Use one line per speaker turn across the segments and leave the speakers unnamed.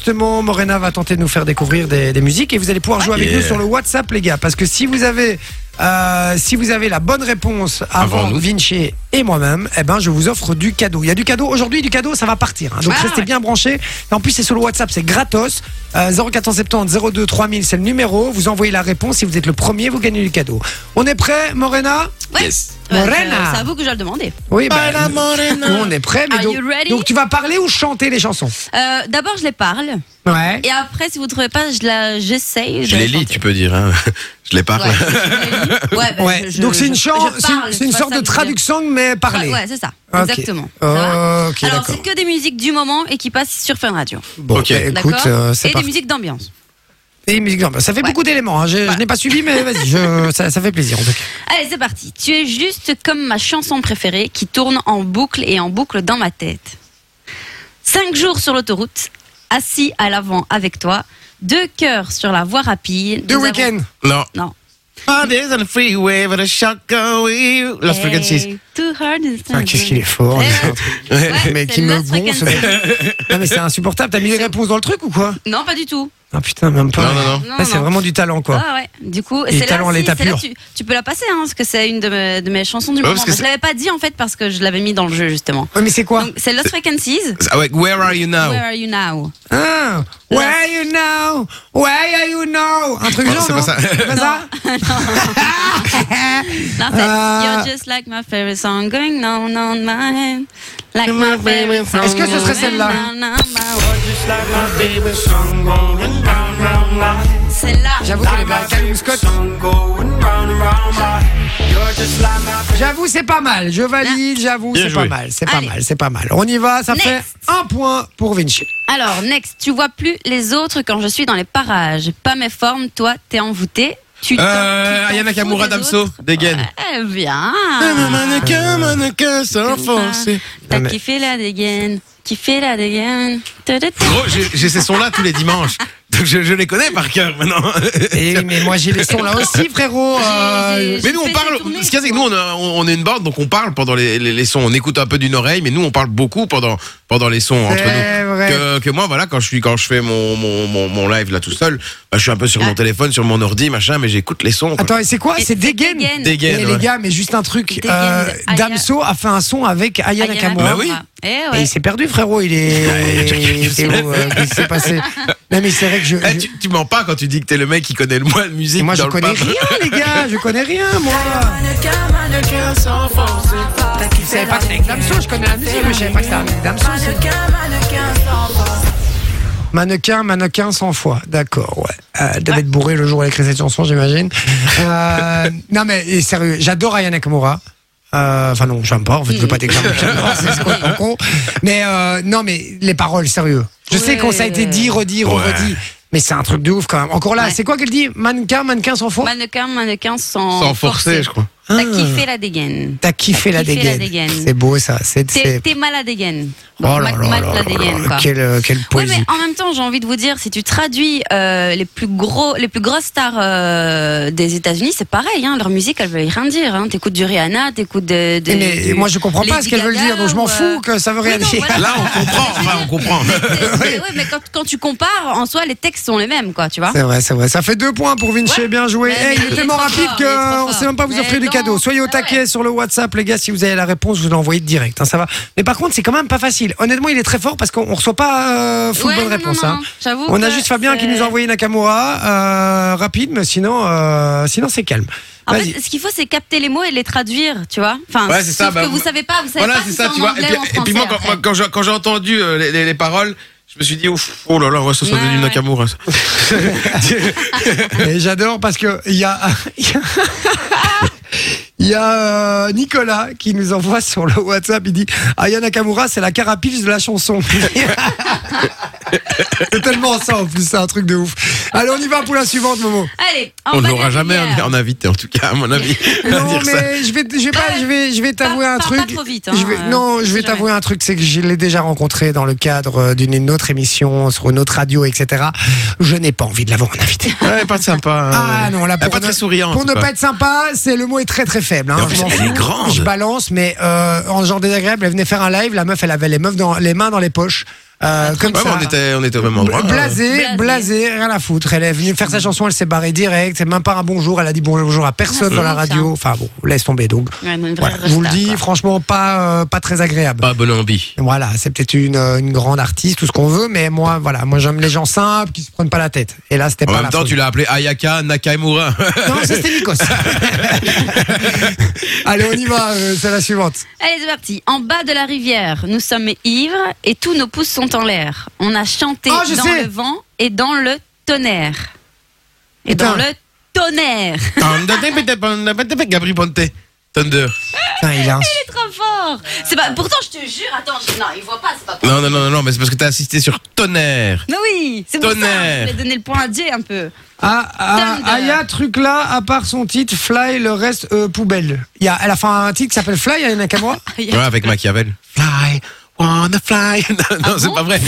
justement, Morena va tenter de nous faire découvrir des, des musiques et vous allez pouvoir jouer avec
Yeah.
nous sur le WhatsApp, les gars. Parce que si vous avez, euh, si vous avez la bonne réponse avant,
Avant nous.
Vinci et moi-même, eh ben, je vous offre du cadeau. Il y a du cadeau aujourd'hui, du cadeau, ça va partir. hein. Donc
Ah,
restez
ouais.
bien branchés. Et en plus, c'est sur le WhatsApp, c'est gratos. Euh, 0470 02 3000, c'est le numéro. Vous envoyez la réponse. Si vous êtes le premier, vous gagnez du cadeau. On est prêt, Morena
Ouais.
Yes.
Ouais,
Morena.
euh, C'est à vous que je dois le demander.
Oui, bah, nous, on est prêt. Mais
Are
donc,
you ready
donc tu vas parler ou chanter les chansons
Euh, D'abord, je les parle.
Ouais.
Et après, si vous ne trouvez pas, je la- j'essaye.
Je les lis, tu peux dire. hein. Je les parle.
Ouais, je les lis. Ouais, bah,
Ouais.
je- je-
donc c'est une,
je-
chan-
je
c'est
parle,
une- c'est une
pas
sorte
ça
de
que je-
traduction, mais parlée.
Ouais, ouais, c'est ça.
Ok.
Exactement. Ça va
Ok,
Alors,
d'accord.
c'est que des musiques du moment et qui passent sur Fun Radio.
Bon,
Ok.
bah,
D'accord
écoute, euh, c'est
Et des
parti.
musiques d'ambiance.
Et musique d'ambiance. Ça fait
Ouais.
beaucoup d'éléments. hein. Je, je n'ai pas suivi, mais vas-y, je- ça, ça fait plaisir en tout cas.
Allez, c'est parti. Tu es juste comme ma chanson préférée qui tourne en boucle et en boucle dans ma tête. Cinq jours sur l'autoroute, assis à l'avant avec toi, deux cœurs sur la voie rapide.
The
nous avons-
Weeknd.
Non.
Non.
Oh, there's a freeway, but a shotgun wheel. Lost frequencies.
Hey, Too hard is-
Ah, Qu'est-ce qu'il est fort.
Eh ouais. Ouais,
Le mec,
c'est
il me
Lost
gonfle.
Frequencies.
Non, mais c'est insupportable. T'as mis les réponses dans le truc ou quoi
Non, pas du tout.
Ah putain, même pas.
Non, non, non.
Non,
Là, c'est
non.
vraiment du talent quoi.
Ah ouais. Du coup,
Et
c'est là,
talent à
si,
l'état
c'est là
pur.
tu, tu peux la passer, hein, parce que c'est une de mes, de mes chansons du
Ouais,
moment.
parce que
Mais Je
c'est-
l'avais pas dit en fait parce que je l'avais mis dans le jeu justement.
Ouais, mais c'est quoi
Ah. Donc c'est Lost Frequencies.
Ah ouais, where are you now?
Where are you now?
Ah, Where you know Where are you know Un truc
Non,
genre
c'est
non
pas ça.
C'est pas ça Ah,
Non, c'est
Euh,
You're just like my favorite song going on on my head. Like my favorite song.
Est-ce que ce serait
going
celle-là
on on my head. Celle-là.
J'avoue qu'elle est pas Calvin Scott. J'avoue, c'est pas mal. Je valide, j'avoue,
Bien
c'est pas
joué.
mal. C'est pas
Allez.
mal, c'est pas mal. On y va, ça
Next.
fait un point pour Vinci.
Alors, next, tu vois plus les autres quand je suis dans les parages. Pas mes formes, toi, t'es envoûté. Tu t'en- tu
Euh,
t'en
Ayana
fous
Kamura
des
Damso,
autres.
dégaine.
Eh bien.
Mannequin, mannequin, sans forcer.
T'as
Non, mais-
kiffé la dégaine. Kiffé la dégaine. Ta, ta,
Ah,
ta.
Gros, j'ai j'ai ces sons-là tous les dimanches. Donc je, je les connais par cœur maintenant.
Et oui, mais moi j'ai les sons là aussi, frérot. euh,
J'ai-
Mais nous,
fait
on
des
parle.
tournées,
Ce qu'il y a, c'est que
quoi.
nous, on, a- on- on est une bande, donc on parle pendant les, les- les sons. On écoute un peu d'une oreille, mais nous, on parle beaucoup pendant, pendant les sons entre
C'est
nous.
vrai.
Que, que moi, voilà, quand je, suis, quand je fais mon, mon, mon, mon live là tout seul, bah, je suis un peu
Ah.
sur mon téléphone, sur mon ordi, machin, mais j'écoute les sons. quoi.
Attends, et c'est quoi
Et
C'est Dégaine
Dégaine.
Dégaine,
Eh,
ouais.
les gars, mais juste un truc.
Dégaine,
euh,
Aya-
Damso a fait un son avec Aya
Ayana
Nakamura.
Bah oui.
Kamura. Eh
Et
ouais.
il s'est perdu, frérot. Il est.
Qu'est-ce
C'est où, euh, Qu'est-ce qui s'est passé Non, mais c'est vrai que je.
Eh,
je-
tu, tu mens pas quand tu dis que t'es le mec qui connaît le moins de musique.
Et moi, je
dans le
connais
pub.
rien, les gars. Je connais rien, moi. Je savais pas que c'était avec Damso. Je connais la musique, mais je savais pas que c'était avec Damso. c'est- Mannequin, mannequin, 100 fois. D'accord, ouais. Euh, elle devait être bourré le jour où elle a écrit cette chanson, j'imagine. Euh, non, mais et sérieux, j'adore Aya Nakamura. Euh, Enfin non, j'aime pas, en fait, je veux pas déclarer que j'aime pas, c'est ce qu'on est con. Mais euh, non, mais les paroles, sérieux. Je sais
Ouais.
qu'on ça a été dit, redit,
Ouais.
redit. Mais c'est un truc de ouf quand même. Encore là,
Ouais.
c'est quoi qu'elle dit Mannequin, mannequin sans fois
Mannequin, mannequin sans.
Sans forcer, je crois.
Ah.
T'as kiffé la dégaine.
T'as kiffé, la,
kiffé la
dégaine.
dégaine.
C'est beau ça. C'est.
T'es
c'est-
t'es mal à dégaine.
Oh là
Mal-
là
mal
là
la
là
dégaine,
là.
quoi.
Quelle, euh, quelle
Ouais,
poésie.
mais en même temps, j'ai envie de vous dire, si tu traduis euh, les plus gros, les plus grosses stars euh, des États-Unis, c'est pareil. Hein, leur musique, elle veut rien dire. Hein. T'écoutes du Rihanna, t'écoutes de. de
Eh, mais
du
moi je comprends pas
Lady
ce qu'elles veulent
Gaga
dire, donc je
ou,
m'en
euh,
fous que ça veut
Oui,
rien
non,
dire.
voilà.
Là, on comprend. Enfin, on comprend.
C'est- c'est- ouais, mais quand, quand tu compares, en soi, les textes sont les mêmes, quoi, tu vois.
C'est vrai, c'est vrai. Ça fait deux points pour Vinci.
Ouais.
Bien joué. Eh,
Mais il
il est
est
tellement
trop
rapide
fort, il est
qu'on
trop
ne
fort.
sait même pas vous
Mais
offrir du
non.
cadeau. Soyez au
Ah
taquet
ouais.
sur le WhatsApp, les gars. Si vous avez la réponse, vous l'envoyez direct. hein, ça va. Mais par contre, c'est quand même pas facile. Honnêtement, il est très fort parce qu'on ne reçoit pas euh, full
Ouais,
bonne
non,
réponse.
non,
hein.
non. J'avoue
On a
que
juste Fabien qui
c'est-
nous a envoyé Nakamura. euh, rapide, mais sinon, euh, sinon c'est calme.
En
Vas-y.
fait, ce qu'il faut, c'est capter les mots et les traduire, tu vois. Enfin,
Ouais, c'est ça,
sauf
bah,
que vous savez pas, vous savez
voilà,
pas
c'est
si
ça,
en
tu vois.
anglais
Et puis,
ou en
et puis moi,
français,
quand, moi,
après.
quand je- quand j'ai entendu euh, les, les- les paroles, je me suis dit, ouf, oh là là, ouais, ça sonne
Ouais,
devenu
ouais.
Nakamura. ça.
Et j'adore parce que il y a. Il y a euh, Nicolas qui nous envoie sur le WhatsApp, il dit Aya Nakamura, c'est la carapace de la chanson. c'est tellement ça en plus, c'est un truc de ouf. Allez, on y va pour la suivante, Momo.
Allez, en
On
bas de
n'aura
la
jamais
rivière.
un, un invité, en tout cas, à mon avis. à
Non,
dire ça.
mais je vais, je vais pas, je vais, je vais t'avouer
Pas-
un
pas-
truc.
pas trop vite, hein,
je vais,
euh,
non,
on
je
sait
vais
jamais.
t'avouer un truc, c'est que je l'ai déjà rencontré dans le cadre euh, d'une autre émission, sur une autre radio, etc. Je n'ai pas envie de l'avoir en invité.
Ouais, pas sympa. hein.
Ah non, là,
Elle est
pour
pas
ne-
très souriante.
Pour ne
quoi.
pas être sympa, c'est le mot est très très faible. hein.
Et en plus,
Je m'en
elle
fous.
est grande.
Je balance, mais euh, en genre désagréable, elle venait faire un live. La meuf, elle avait les, meufs dans, les mains dans les poches. Euh, comme
Ah, Ouais,
ça.
mais on était, hein. on était au même endroit.
Blasé,
Blasé.
blasé, rien à foutre. Elle est venue faire sa chanson, elle s'est barrée direct. C'est même pas un bonjour. Elle a dit bonjour à personne
Ah,
dans la
c'est
radio. Enfin bon, laisse tomber donc.
Ouais, une vraie
Voilà. Je vous le
resta,
dis,
quoi.
franchement, pas, euh, pas très agréable.
Pas bonne envie.
Voilà, c'est peut-être une, euh, une grande artiste, tout ce qu'on veut, mais moi, voilà, moi j'aime les gens simples qui se prennent pas la tête. Et là, c'était pas
En même
la
temps,
faute.
tu l'as appelé Ayaka Nakamura.
Non, ça, c'était Nikos. Allez, on y va, euh, c'est la suivante.
Allez, c'est parti. En bas de la rivière, nous sommes ivres et tous nos pouces sont en l'air. On a chanté
Ah, je
dans
sais.
le vent et dans le tonnerre. Et
Putain.
dans le tonnerre.
Gabri Ponte. Thunder.
Putain, il a un-
C'est trop fort. C'est pas. Pourtant, je te jure. Attends. je- Non, il voit pas. C'est pas. possible.
Non, non, non, non, non, mais c'est parce que t'as insisté sur tonnerre.
Mais oui. C'est pour ça.
Tonnerre.
Je vais donner le point à Jay un peu.
Ah, ah,
Thunder.
ah, il y a un truc là, à part son titre, Fly, le reste, euh, poubelle. Il y a, elle a fait un titre qui s'appelle Fly, Ayana Nakamura.
Ouais, avec Machiavel. Ah Fly, wanna fly. Non, non, c'est
bon
pas vrai.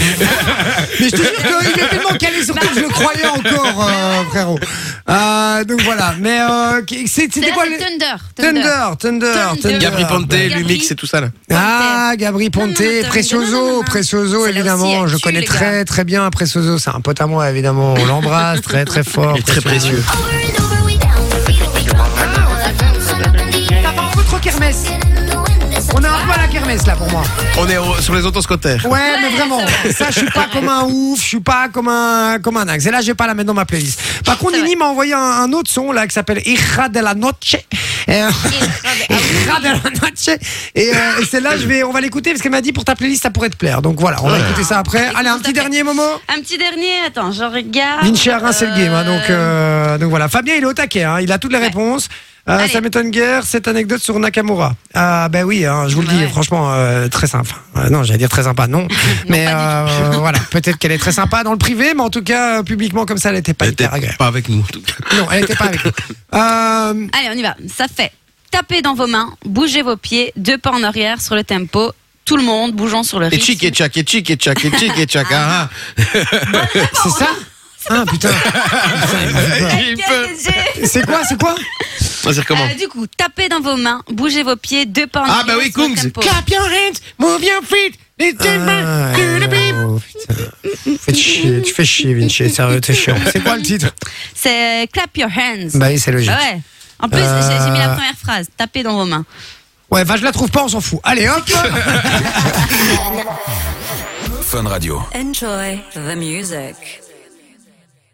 Mais je te jure qu'il est tellement calé sur tout que je le croyais encore, euh, frérot. Euh, donc voilà, mais euh, qui- c'est-
C'est
c'était quoi le...
Thunder.
Thunder, Thunder,
Thunder.
Thunder.
Gabri Ponte,
Gabri-
Lumix et tout ça, là.
Ah, Gabri Ponte,
Non, non, non, non, non, non,
Precioso,
non.
Precioso,
Celle-là aussi,
évidemment.
elle
Je
tue,
connais
les gars.
très très bien Precioso. C'est un pote à moi, évidemment. On l'embrasse très très fort.
Il est très
Precioso.
précieux.
Over and over we down, we we come on. Sun up in the air,
Ça part en contre kermesse.
get in the wind, this
On est un peu à la kermesse là pour moi.
On est au- sur les autoscotaires.
Ouais, mais vraiment, ça je suis pas comme un ouf, je suis pas comme un comme un axe. Et là, je vais pas la mettre dans ma playlist. Par contre,
C'est
Nini m'a envoyé un, un autre son là qui s'appelle Hija de la noche. Et, euh,
ah,
Hija de la noche. Et, euh, et celle-là, je vais on va l'écouter parce qu'elle m'a dit pour ta playlist ça pourrait te plaire. Donc voilà, on va
Ouais.
écouter ça après.
Écoute,
Allez, un
tout
petit
à fait.
dernier moment.
Un petit dernier. Attends. Je regarde.
Vinci à Reims, c'est le game. hein, donc, Ah, euh, donc voilà. Fabien, il est au taquet. hein, il a toutes les réponses. Euh,
Allez.
ça m'étonne guère, cette anecdote sur Nakamura. Ah, ben oui, hein, je vous le
Bah
dis,
ouais.
franchement, euh, très sympa. Euh, non, j'allais dire très sympa, non. mais euh, voilà, peut-être qu'elle est très sympa dans le privé, mais en tout cas, euh, publiquement, comme ça, elle n'était pas
Elle était
hyper agréable.
pas avec nous, en tout cas.
Non, elle n'était pas avec nous. Euh,
Allez, on y va. Ça fait tapez dans vos mains, bougez vos pieds, deux pas en arrière sur le tempo. Tout le monde bougeant sur le
Et
rythme.
tchik, et tchak, et tchik, et tchak, et tchik, et tchak. ah,
c'est ça Ah, putain.
ah. Il Ah, peut.
Euh,
C'est quoi, c'est quoi
Vas-y, recommence.
du coup, tapez dans vos mains, bougez vos pieds, deux pas en
Ah,
arrière
bah oui,
sur le
Kungs.
tempo.
your hands, move your feet,
back to the beat.
Fais Oh, chier, tu fais chier, Vinci, sérieux, t'es chiant. C'est quoi le titre
C'est euh, clap your hands.
Bah oui, c'est logique.
Ah ouais. En plus,
Euh.
j'ai j'ai mis la première phrase. Tapez dans vos mains.
Ouais, bah je la trouve pas, on s'en fout. Allez, hop
Fun Radio.
Enjoy the music.